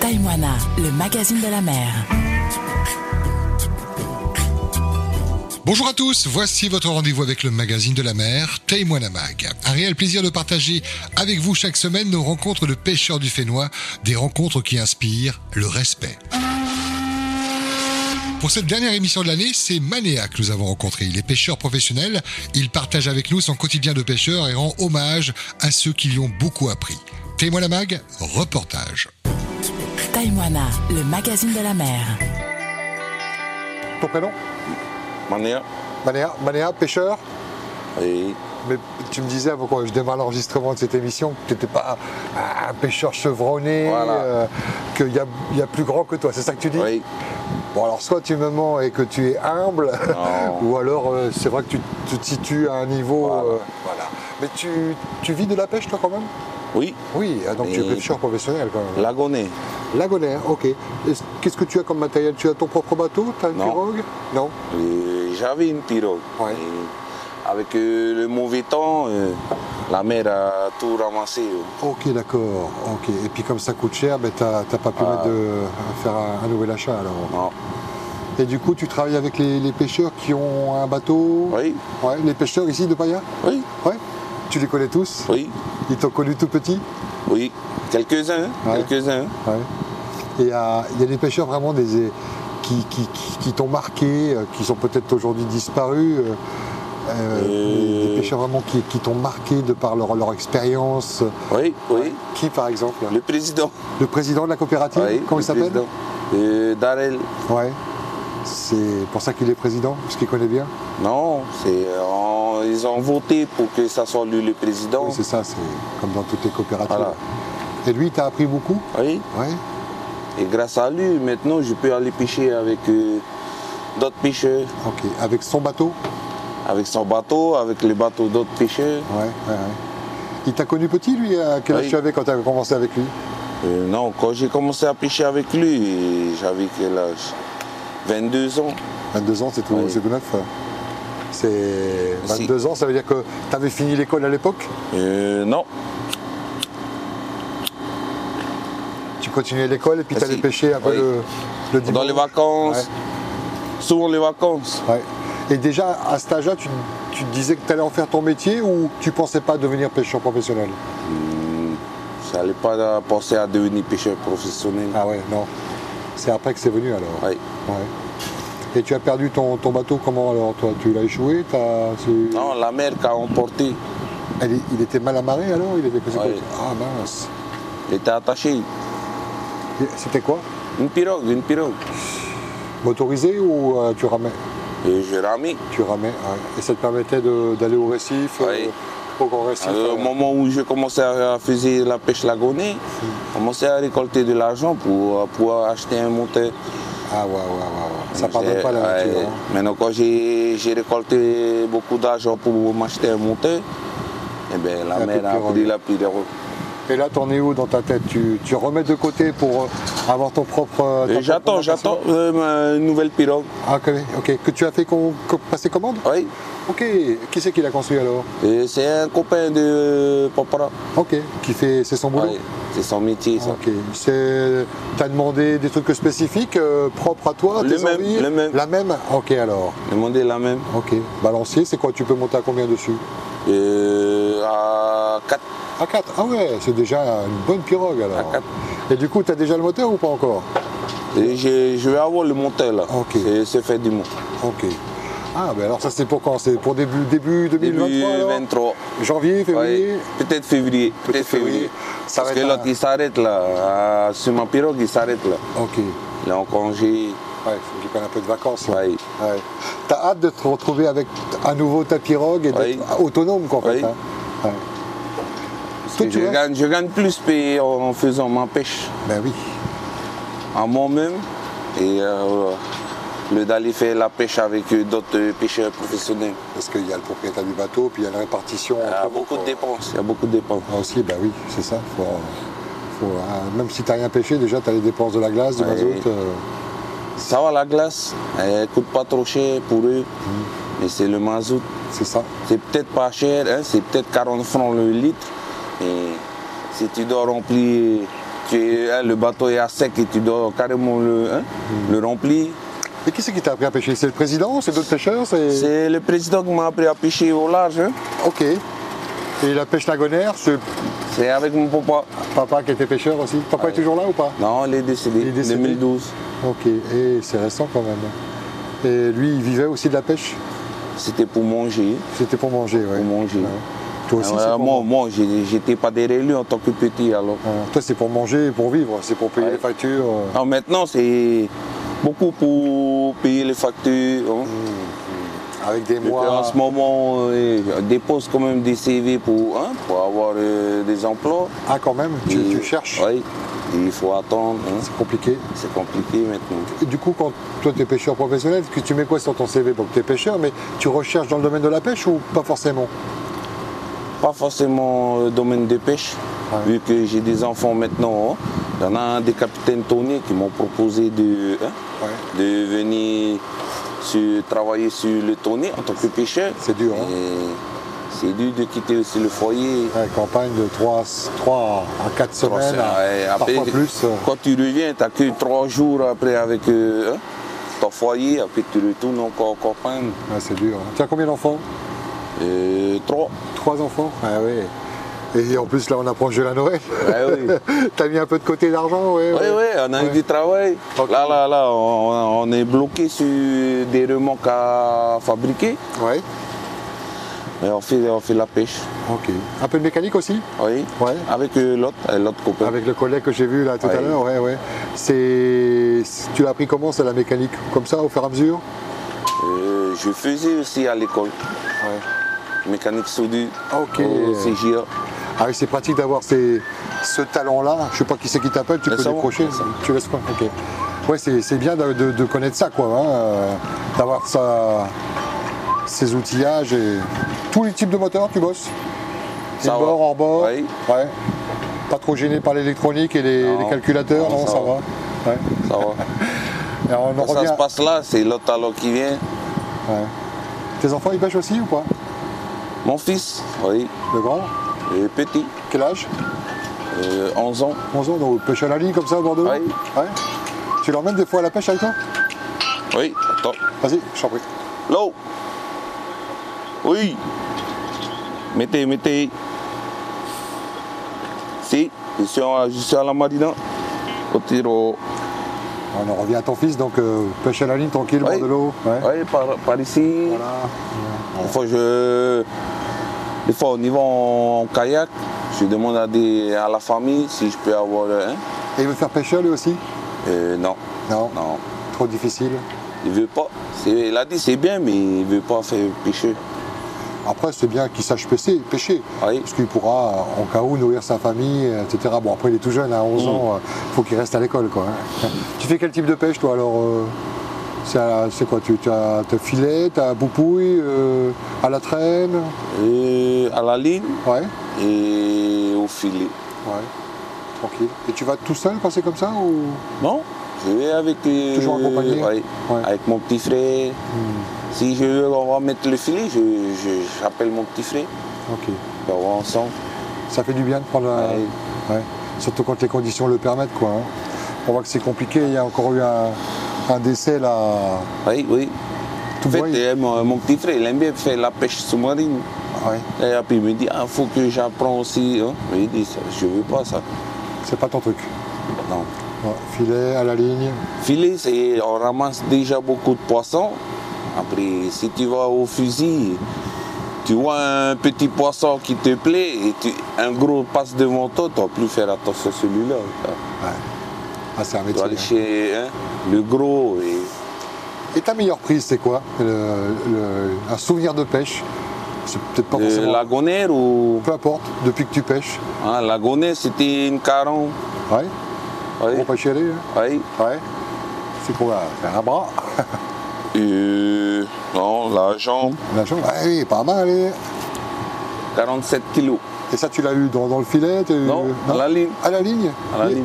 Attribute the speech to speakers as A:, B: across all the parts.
A: Taïmoana, le magazine de la mer.
B: Bonjour à tous, voici votre rendez-vous avec le magazine de la mer, Taïmoana Mag. Un réel plaisir de partager avec vous chaque semaine nos rencontres de pêcheurs du Fénois, des rencontres qui inspirent le respect. Pour cette dernière émission de l'année, c'est Manéa que nous avons rencontré. Il est pêcheur professionnel, il partage avec nous son quotidien de pêcheur et rend hommage à ceux qui lui ont beaucoup appris. Témoin la mag, reportage.
A: Taïmoana, le magazine de la mer.
B: Ton prénom
C: Manéa
B: Manéa, Manéa, pêcheur
C: Oui.
B: Mais tu me disais avant que je démarre l'enregistrement de cette émission que tu n'étais pas un- un pêcheur chevronné, euh,
C: Voilà.
B: qu'il y a, y a plus grand que toi, c'est ça que tu dis
C: Oui.
B: Bon alors soit tu me mens et que tu es humble,
C: Non.
B: ou alors euh, c'est vrai que tu, tu te situes à un niveau...
C: Voilà.
B: euh, voilà. Mais tu, tu vis de la pêche toi quand même
C: Oui.
B: Oui, ah, donc tu es
C: Et-
B: pêcheur professionnel quand même.
C: Lagonnet.
B: Lagonaire, ok. Est-ce- Qu'est-ce que tu as comme matériel Tu as ton propre bateau Tu as une
C: Non.
B: pirogue Non
C: Et J'avais une pirogue.
B: Ouais.
C: Et Avec euh, le mauvais temps, euh, la mer a tout ramassé. euh.
B: Ok, d'accord. Ok. Et puis comme ça coûte cher, ben, tu n'as pas
C: Ah.
B: pu mettre de, faire un, un nouvel achat alors.
C: Non.
B: Et du coup, tu travailles avec les, les pêcheurs qui ont un bateau
C: Oui.
B: Ouais, les pêcheurs ici de Paya
C: Oui.
B: Ouais. Tu les connais tous
C: Oui.
B: Ils t'ont connu tout petit
C: Oui. Quelques-uns.
B: Ouais.
C: Quelques-uns.
B: Ouais. Et il y a il y a des pêcheurs vraiment des, euh, qui, qui- qui- qui t'ont marqué, euh, qui sont peut-être aujourd'hui disparus. euh, euh,
C: Euh.
B: Des pêcheurs vraiment qui, qui t'ont marqué de par leur, leur expérience.
C: Oui. Oui.
B: Qui par exemple
C: Le président.
B: Le président de la coopérative
C: Oui,
B: Comment
C: le
B: il s'appelle
C: président. Euh, Darel.
B: Ouais. C'est pour ça qu'il est président, parce qu'il connaît bien.
C: Non. c'est, euh, on- ils ont voté pour que ça soit lui le président.
B: Oui, c'est ça, c'est comme dans toutes les coopératives.
C: Voilà.
B: Et lui, t'as appris beaucoup
C: Oui.
B: Ouais.
C: Et grâce à lui, maintenant, je peux aller pêcher avec euh, d'autres pêcheurs.
B: Ok. Avec son bateau
C: avec son bateau, avec les bateaux d'autres pêcheurs.
B: Ouais, ouais, ouais. Il t'a connu petit, lui À quel âge
C: Oui.
B: tu avais quand tu avais commencé avec lui
C: Euh, non, quand j'ai commencé à pêcher avec lui, j'avais quel âge 22 ans.
B: 22 ans, c'est tout,
C: Oui.
B: c'est tout neuf. C'est
C: Si.
B: 22 ans, ça veut dire que tu avais fini l'école à l'époque
C: Euh, non,
B: Tu continuais l'école et puis
C: Ah,
B: tu allais
C: si.
B: pêcher un peu
C: Oui.
B: le, le dimanche
C: dans les vacances, souvent les vacances.
B: Ouais, ouais. Et déjà, à cet âge-là, tu, tu te disais que tu allais en faire ton métier ou tu pensais pas devenir pêcheur professionnel
C: Je n'allais pas penser à devenir pêcheur professionnel.
B: Ah ouais, non. C'est après que c'est venu alors
C: Oui.
B: Ouais. Et tu as perdu ton, ton bateau comment alors toi Tu l'as échoué T'as- c'est-
C: Non, la mer qu'a emporté,
B: Elle est- Il était mal amarré alors Il était c'est quoi
C: Oui.
B: Ah mince
C: elle était attachée.
B: Et C'était quoi
C: Une pirogue, une pirogue.
B: Motorisé ou euh, tu ramais
C: Et je ramais.
B: Tu ramais, ouais. Et ça te permettait de- d'aller au récif, euh,
C: Oui.
B: au grand récif.
C: Alors,
B: euh,
C: au moment où je commençais à faire la pêche lagonée, je commençais à récolter de l'argent pour euh, pouvoir acheter un moteur.
B: Ah ouais, ouais, ouais, ouais. Ça pardonne
C: J'ai-
B: pas la
C: ouais,
B: nature. hein.
C: Maintenant, quand j'ai j'ai récolté beaucoup d'argent pour m'acheter un moteur, eh ben, la
B: La
C: mer a
B: pirogue.
C: pris la pirogue.
B: Et là, t'en es où dans ta tête tu, tu remets de côté pour euh, avoir ton propre. euh, ta
C: Et
B: propre
C: J'attends,
B: embarcation
C: j'attends euh, ma- une nouvelle pirogue.
B: Ah, ok, ok. Que tu as fait con- co- passer commande
C: Oui.
B: Ok. Qui c'est qui l'a construit alors
C: Et C'est un copain de Papara.
B: Ok. Qui fait. C'est son boulot
C: Ouais, C'est son métier, ça.
B: Ok. C'est. T'as demandé des trucs spécifiques, euh, propres à toi,
C: Le
B: tes
C: même,
B: envies
C: le même.
B: La même Ok, alors.
C: Demandez la même.
B: Ok. Balancier, c'est quoi Tu peux monter à combien dessus
C: Euh, à 4.
B: À 4. Ah ouais, c'est déjà une bonne pirogue alors.
C: À quatre.
B: Et du coup, t'as déjà le moteur ou pas encore
C: Je, je vais avoir le moteur, là.
B: Ok.
C: C'est- C'est fait du mot.
B: Ok. Ah, ben alors ça, c'est pour quand C'est pour début, début 2023
C: Début
B: alors
C: 23.
B: Janvier, février
C: Ouais, Peut-être février.
B: Peut-être
C: Peut-être février.
B: février. Ça
C: Parce
B: va
C: que
B: être
C: l'autre,
B: un-
C: il s'arrête là. À- Sur ma pirogue, il s'arrête là.
B: Ok. Ouais,
C: Il est en congé.
B: faut qu'il prenne un peu de vacances. là.
C: Ouais.
B: Ouais. T'as hâte de te retrouver avec à nouveau ta pirogue et d'être
C: Oui.
B: autonome, quoi, en fait.
C: Oui.
B: hein. Ouais.
C: Parce
B: Toi,
C: que
B: tu
C: je,
B: restes-
C: gagne, je gagne plus payé en, en faisant ma pêche
B: Ben oui.
C: à moi-même et euh, le d'aller faire la pêche avec euh, d'autres euh, pêcheurs professionnels.
B: Parce qu'il y a le propriétaire du bateau, puis il y a la répartition.
C: Il y a
B: entre vous,
C: Ah, beaucoup de
B: quoi.
C: dépenses. Il y a beaucoup de dépenses.
B: Ah aussi, bah oui, c'est ça. Faut, faut, euh, même si t'as rien pêché, déjà t'as les dépenses de la glace, du
C: Oui.
B: mazout. euh,
C: Ça va, la glace, Eh, elle coûte pas trop cher pour eux. Mais c'est le mazout.
B: c'est ça.
C: C'est peut-être pas cher, hein, c'est peut-être 40 francs le litre. Et si tu dois remplir tu, hein, le bateau est à sec et tu dois carrément le, hein, le remplir.
B: Et qui c'est qui t'a appris à pêcher C'est le président C'est d'autres pêcheurs C'est.
C: C'est le président qui m'a appris à pêcher au large. hein.
B: Ok. Et la pêche lagonnaire, c'est
C: C'est avec mon papa.
B: papa qui était pêcheur aussi. Papa est toujours là ou pas
C: Non, il est décédé
B: Il est
C: en
B: décédé.
C: 2012.
B: Ok. Et c'est récent quand même. Et lui, il vivait aussi de la pêche
C: C'était pour manger.
B: C'était pour manger, ouais.
C: Pour manger.
B: Toi aussi,
C: Ah,
B: c'est
C: voilà,
B: pour
C: moi,
B: manger.
C: moi j'ai- j'étais pas derrière lui en tant que petit alors.
B: Ah, Toi, c'est pour manger et pour vivre. C'est pour payer
C: Ouais.
B: les factures. euh.
C: Alors maintenant, c'est beaucoup pour payer les factures. hein.
B: Avec des
C: Et puis,
B: mois.
C: en ce moment, euh, je dépose quand même des CV pour, hein, pour avoir euh, des emplois.
B: Ah, quand même, tu,
C: Et-
B: tu cherches.
C: Oui, Et il faut attendre. hein.
B: C'est compliqué.
C: C'est compliqué maintenant.
B: Et du coup, quand toi, tu es pêcheur professionnel, que tu mets quoi sur ton CV Donc, tu es pêcheur, mais tu recherches dans le domaine de la pêche ou pas forcément
C: Pas forcément euh, domaine de pêche,
B: Ouais.
C: vu que j'ai des enfants maintenant. hein. Il y en a un des capitaines tournés qui m'ont proposé de, hein,
B: Ouais.
C: de venir sur- travailler sur le tourné en tant que pêcheur.
B: C'est dur, hein.
C: Et C'est dur de quitter aussi le foyer.
B: Ouais, Campagne de 3, à 4
C: Trois
B: semaines,
C: semaines, ouais.
B: à-
C: Après,
B: parfois plus. euh.
C: Quand tu reviens, tu que trois jours après avec euh, hein, ton foyer, après tu retournes encore copain.
B: Ouais, c'est dur. hein. Tu as combien d'enfants
C: Euh, trois.
B: Trois enfants Ah oui. Et en plus, là, on approche de la Noël.
C: Ah oui.
B: T'as mis un peu de côté d'argent, ouais.
C: Oui,
B: ouais.
C: oui, on a eu
B: Ouais.
C: du travail.
B: Ok.
C: Là, là, là, on, on est bloqué sur des remorques à fabriquer,
B: Ouais.
C: mais on fait, on fait la pêche,
B: Ok. Un peu de mécanique aussi
C: oui,
B: Ouais.
C: avec euh, l'autre, euh, l'autre copain.
B: Avec le collègue que j'ai vu là tout à
C: Ouais.
B: l'heure, ouais, ouais. C'est. Tu l'as appris comment, c'est la mécanique Comme ça, au fur et à mesure
C: Euh, je faisais aussi à l'école,
B: Ouais.
C: mécanique soudure, Euh,
B: Ok.
C: au CGA.
B: Ah oui, c'est pratique d'avoir ces- ce talent-là. Je sais pas qui c'est qui t'appelle, tu
C: Mais
B: peux
C: ça va,
B: décrocher.
C: mais ça va.
B: Tu laisses quoi Ok. Ouais, c'est c'est bien de, de- de connaître ça, quoi. hein, euh, d'avoir ça, ces outillages et tous les types de moteurs, tu bosses.
C: Ça va.
B: bord, hors bord.
C: Oui.
B: Ouais. Pas trop gêné par l'électronique et les,
C: Non.
B: les calculateurs, non,
C: Non,
B: ça,
C: ça
B: va.
C: va.
B: Ouais.
C: Ça va.
B: Et on en
C: Quand ça
B: revient-
C: se passe là, c'est l'autre alors qui vient.
B: ouais. Tes enfants, ils pêchent aussi ou pas
C: Mon fils, oui,
B: Le grand
C: euh, petit,
B: Quel âge
C: euh, 11 ans.
B: 11 ans, donc pêche à la ligne comme ça à Bordeaux
C: Ouais.
B: Ouais. Tu l'emmènes des fois à la pêche avec toi
C: Oui, attends.
B: Vas-y, je t'en prie.
C: L'eau. Oui. Mettez, mettez. Si, je suis, en- je suis à la marina. Au tir au-
B: On en revient à ton fils, donc euh, pêche à la ligne tranquille,
C: Oui.
B: bord de l'eau. Ouais.
C: Oui, par, par ici.
B: Voilà.
C: Des fois, je... Des fois, on y va en kayak. Je demande à, des, à la famille si je peux avoir... euh, hein.
B: Et il veut faire pêcheur lui aussi
C: Euh, non.
B: Non.
C: Non.
B: Trop difficile.
C: Il veut pas. C'est- Il a dit c'est bien, mais il veut pas faire pêcher.
B: Après, c'est bien qu'il sache pêcher, pêcher.
C: Oui.
B: Parce qu'il pourra, euh, en cas où, nourrir sa famille, euh, etc. Bon, après, il est tout jeune, à
C: Mm.
B: 11 ans, il faut qu'il reste à l'école, quoi. hein. tu fais quel type de pêche, toi, alors euh, c'est à- C'est quoi Tu tu as te filet, t'as boupouille, euh, à la traîne
C: Euh, à la ligne
B: Ouais.
C: et au filet.
B: Ouais. Tranquille. Et tu vas tout seul quand c'est comme ça ou...
C: Non, je vais avec. euh,
B: Toujours accompagné
C: ouais,
B: Ouais. Hmm.
C: Avec mon petit frère. Si je veux, on va mettre le filet, je- je- j'appelle mon petit frère.
B: Ok.
C: On va ensemble.
B: Ça fait du bien de prendre un...
C: Ouais.
B: ouais. Surtout quand les conditions le permettent, quoi. hein. On voit que c'est compliqué, il y a encore eu un, un décès là.
C: Oui, oui.
B: Tout
C: en fait,
B: voyant.
C: euh, mon, mon petit frère, il aime bien faire la pêche sous-marine.
B: Ouais.
C: Et puis il me dit, ah, faut que j'apprends aussi. hein. Mais Il dit, ça, je veux pas ça.
B: C'est pas ton truc.
C: Non.
B: Ouais, Filet à la ligne.
C: Filet, c'est, on ramasse déjà beaucoup de poissons. Après, si tu vas au fusil, tu vois un petit poisson qui te plaît et tu- un gros passe devant toi, tu vas plus faire attention à celui-là.
B: Ah, c'est un
C: Tu
B: métier.
C: vas aller chez hein, le gros et
B: hein. Et ta meilleure prise, c'est quoi Le- le- Un souvenir de pêche C'est peut-être pas
C: le
B: forcément.
C: lagonaire ou.
B: Peu importe, depuis que tu pêches.
C: Hein, lagonaire, c'était une caron.
B: Ouais.
C: Oui,
B: Gros pêcheré. hein.
C: oui.
B: Ouais. C'est quoi là Un bras
C: Euh, non, la jambe,
B: La jambe Ouais, oui, pas mal. hein.
C: 47 kilos.
B: Et ça, tu l'as eu dans, dans le filet t'as eu-
C: Non, à la ligne.
B: À la ligne
C: À la
B: Oui.
C: ligne.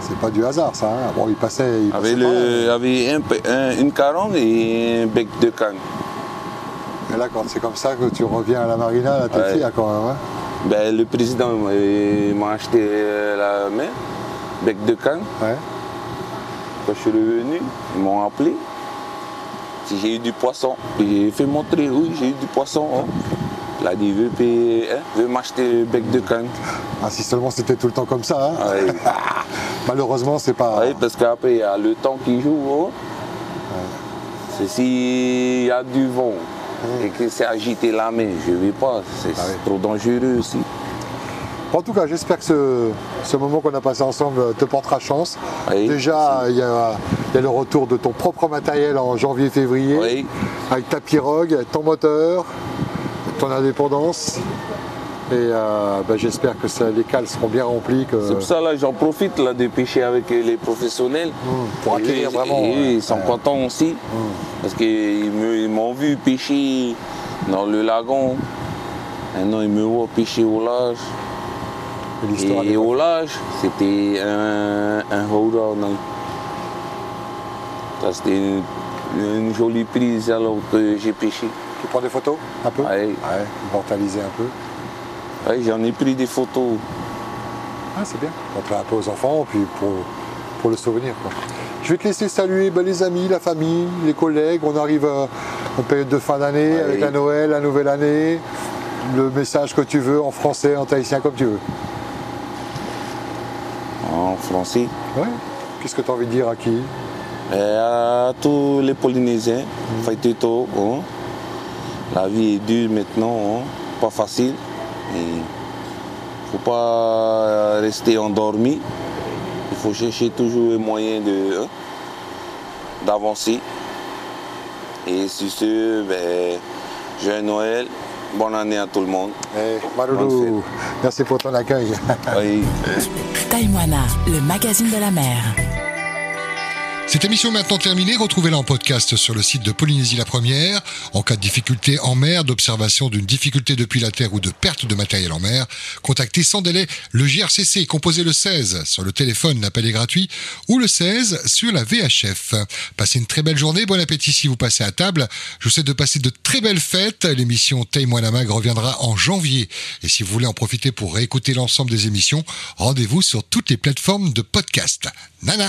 B: C'est pas du hasard ça. hein. Bon, il passait. Il
C: Avec,
B: passait par
C: le, avec un pe- un- une caronne et un bec de canne.
B: hein. là. Et là, quand c'est comme ça que tu reviens à la marina, là, t'es
C: Ouais.
B: fier quand même. hein.
C: Ben, le président euh, m'a acheté euh, la main, bec de canne.
D: Ouais.
C: Quand je suis revenu, ils m'ont appelé. Si j'ai eu du poisson, Et j'ai fait montrer, oui, j'ai eu du poisson. hein. Il a dit, veux, payer, hein, veux m'acheter le bec de canne.
D: Ah, si seulement c'était tout le temps comme ça. hein.
C: Ah oui.
D: Malheureusement, c'est pas.
C: Oui, parce qu'après, il y a le temps qui joue. hein. C'est s'il y a du vent et que c'est agité la main, je ne vais pas. C'est
D: Ah oui.
C: trop dangereux aussi.
D: En tout cas, j'espère que ce, ce moment qu'on a passé ensemble te portera chance.
C: Oui.
D: Déjà, il y, a, il y a le retour de ton propre matériel en janvier-février,
C: Oui.
D: avec ta pirogue, ton moteur, ton indépendance. Et euh, bah, j'espère que ça- les cales seront bien remplies. Que...
C: C'est pour ça là j'en profite là de pêcher avec les professionnels.
D: Hmm, pour
C: Et
D: acquérir
C: eux,
D: vraiment,
C: et eux,
D: ouais. Hmm.
C: ils sont
D: Ouais.
C: contents aussi. Parce qu'ils me- ils m'ont vu pêcher dans le lagon. Maintenant ils me voient pêcher au large.
D: Et l'histoire, elle
C: Et,
D: est
C: au large, c'était un, un hold on. Ça c'était une, une jolie prise alors que j'ai pêché.
D: Tu prends des photos un peu
C: Ouais.
D: Immortaliser un peu.
C: Ouais, J'en ai pris des photos.
D: Ah, c'est bien. Montrer un peu aux enfants, puis pour, pour le souvenir. quoi. Je vais te laisser saluer ben, les amis, la famille, les collègues. On arrive euh, en période de fin d'année, avec la Noël, la nouvelle année. Le message que tu veux, en français, en tahitien, comme tu veux.
C: En français.
D: Ouais. Qu'est-ce que tu as envie de dire à qui
C: Et à tous les Polynésiens, faites tôt. hein. La vie est dure maintenant, hein. pas facile. Il faut pas rester endormi. Il faut chercher toujours les moyens de, hein, d'avancer. Et sur ce, ben, joyeux Noël, bonne année à tout le monde.
D: Eh, Maroulou,
C: Bonne
D: merci pour ton accueil.
C: Oui.
A: Taïmoana, le magazine de la mer.
B: Cette émission est maintenant terminée. Retrouvez-la en podcast sur le site de Polynésie la Première. En cas de difficulté en mer, d'observation d'une difficulté depuis la terre ou de perte de matériel en mer, contactez sans délai le JRCC, composez le 16 sur le téléphone, l'appel est gratuit, ou le 16 sur la VHF. Passez une très belle journée, bon appétit si vous passez à table. Je vous souhaite de passer de très belles fêtes. L'émission Taïmoana Mag reviendra en janvier. Et si vous voulez en profiter pour réécouter l'ensemble des émissions, rendez-vous sur toutes les plateformes de podcast. Nana!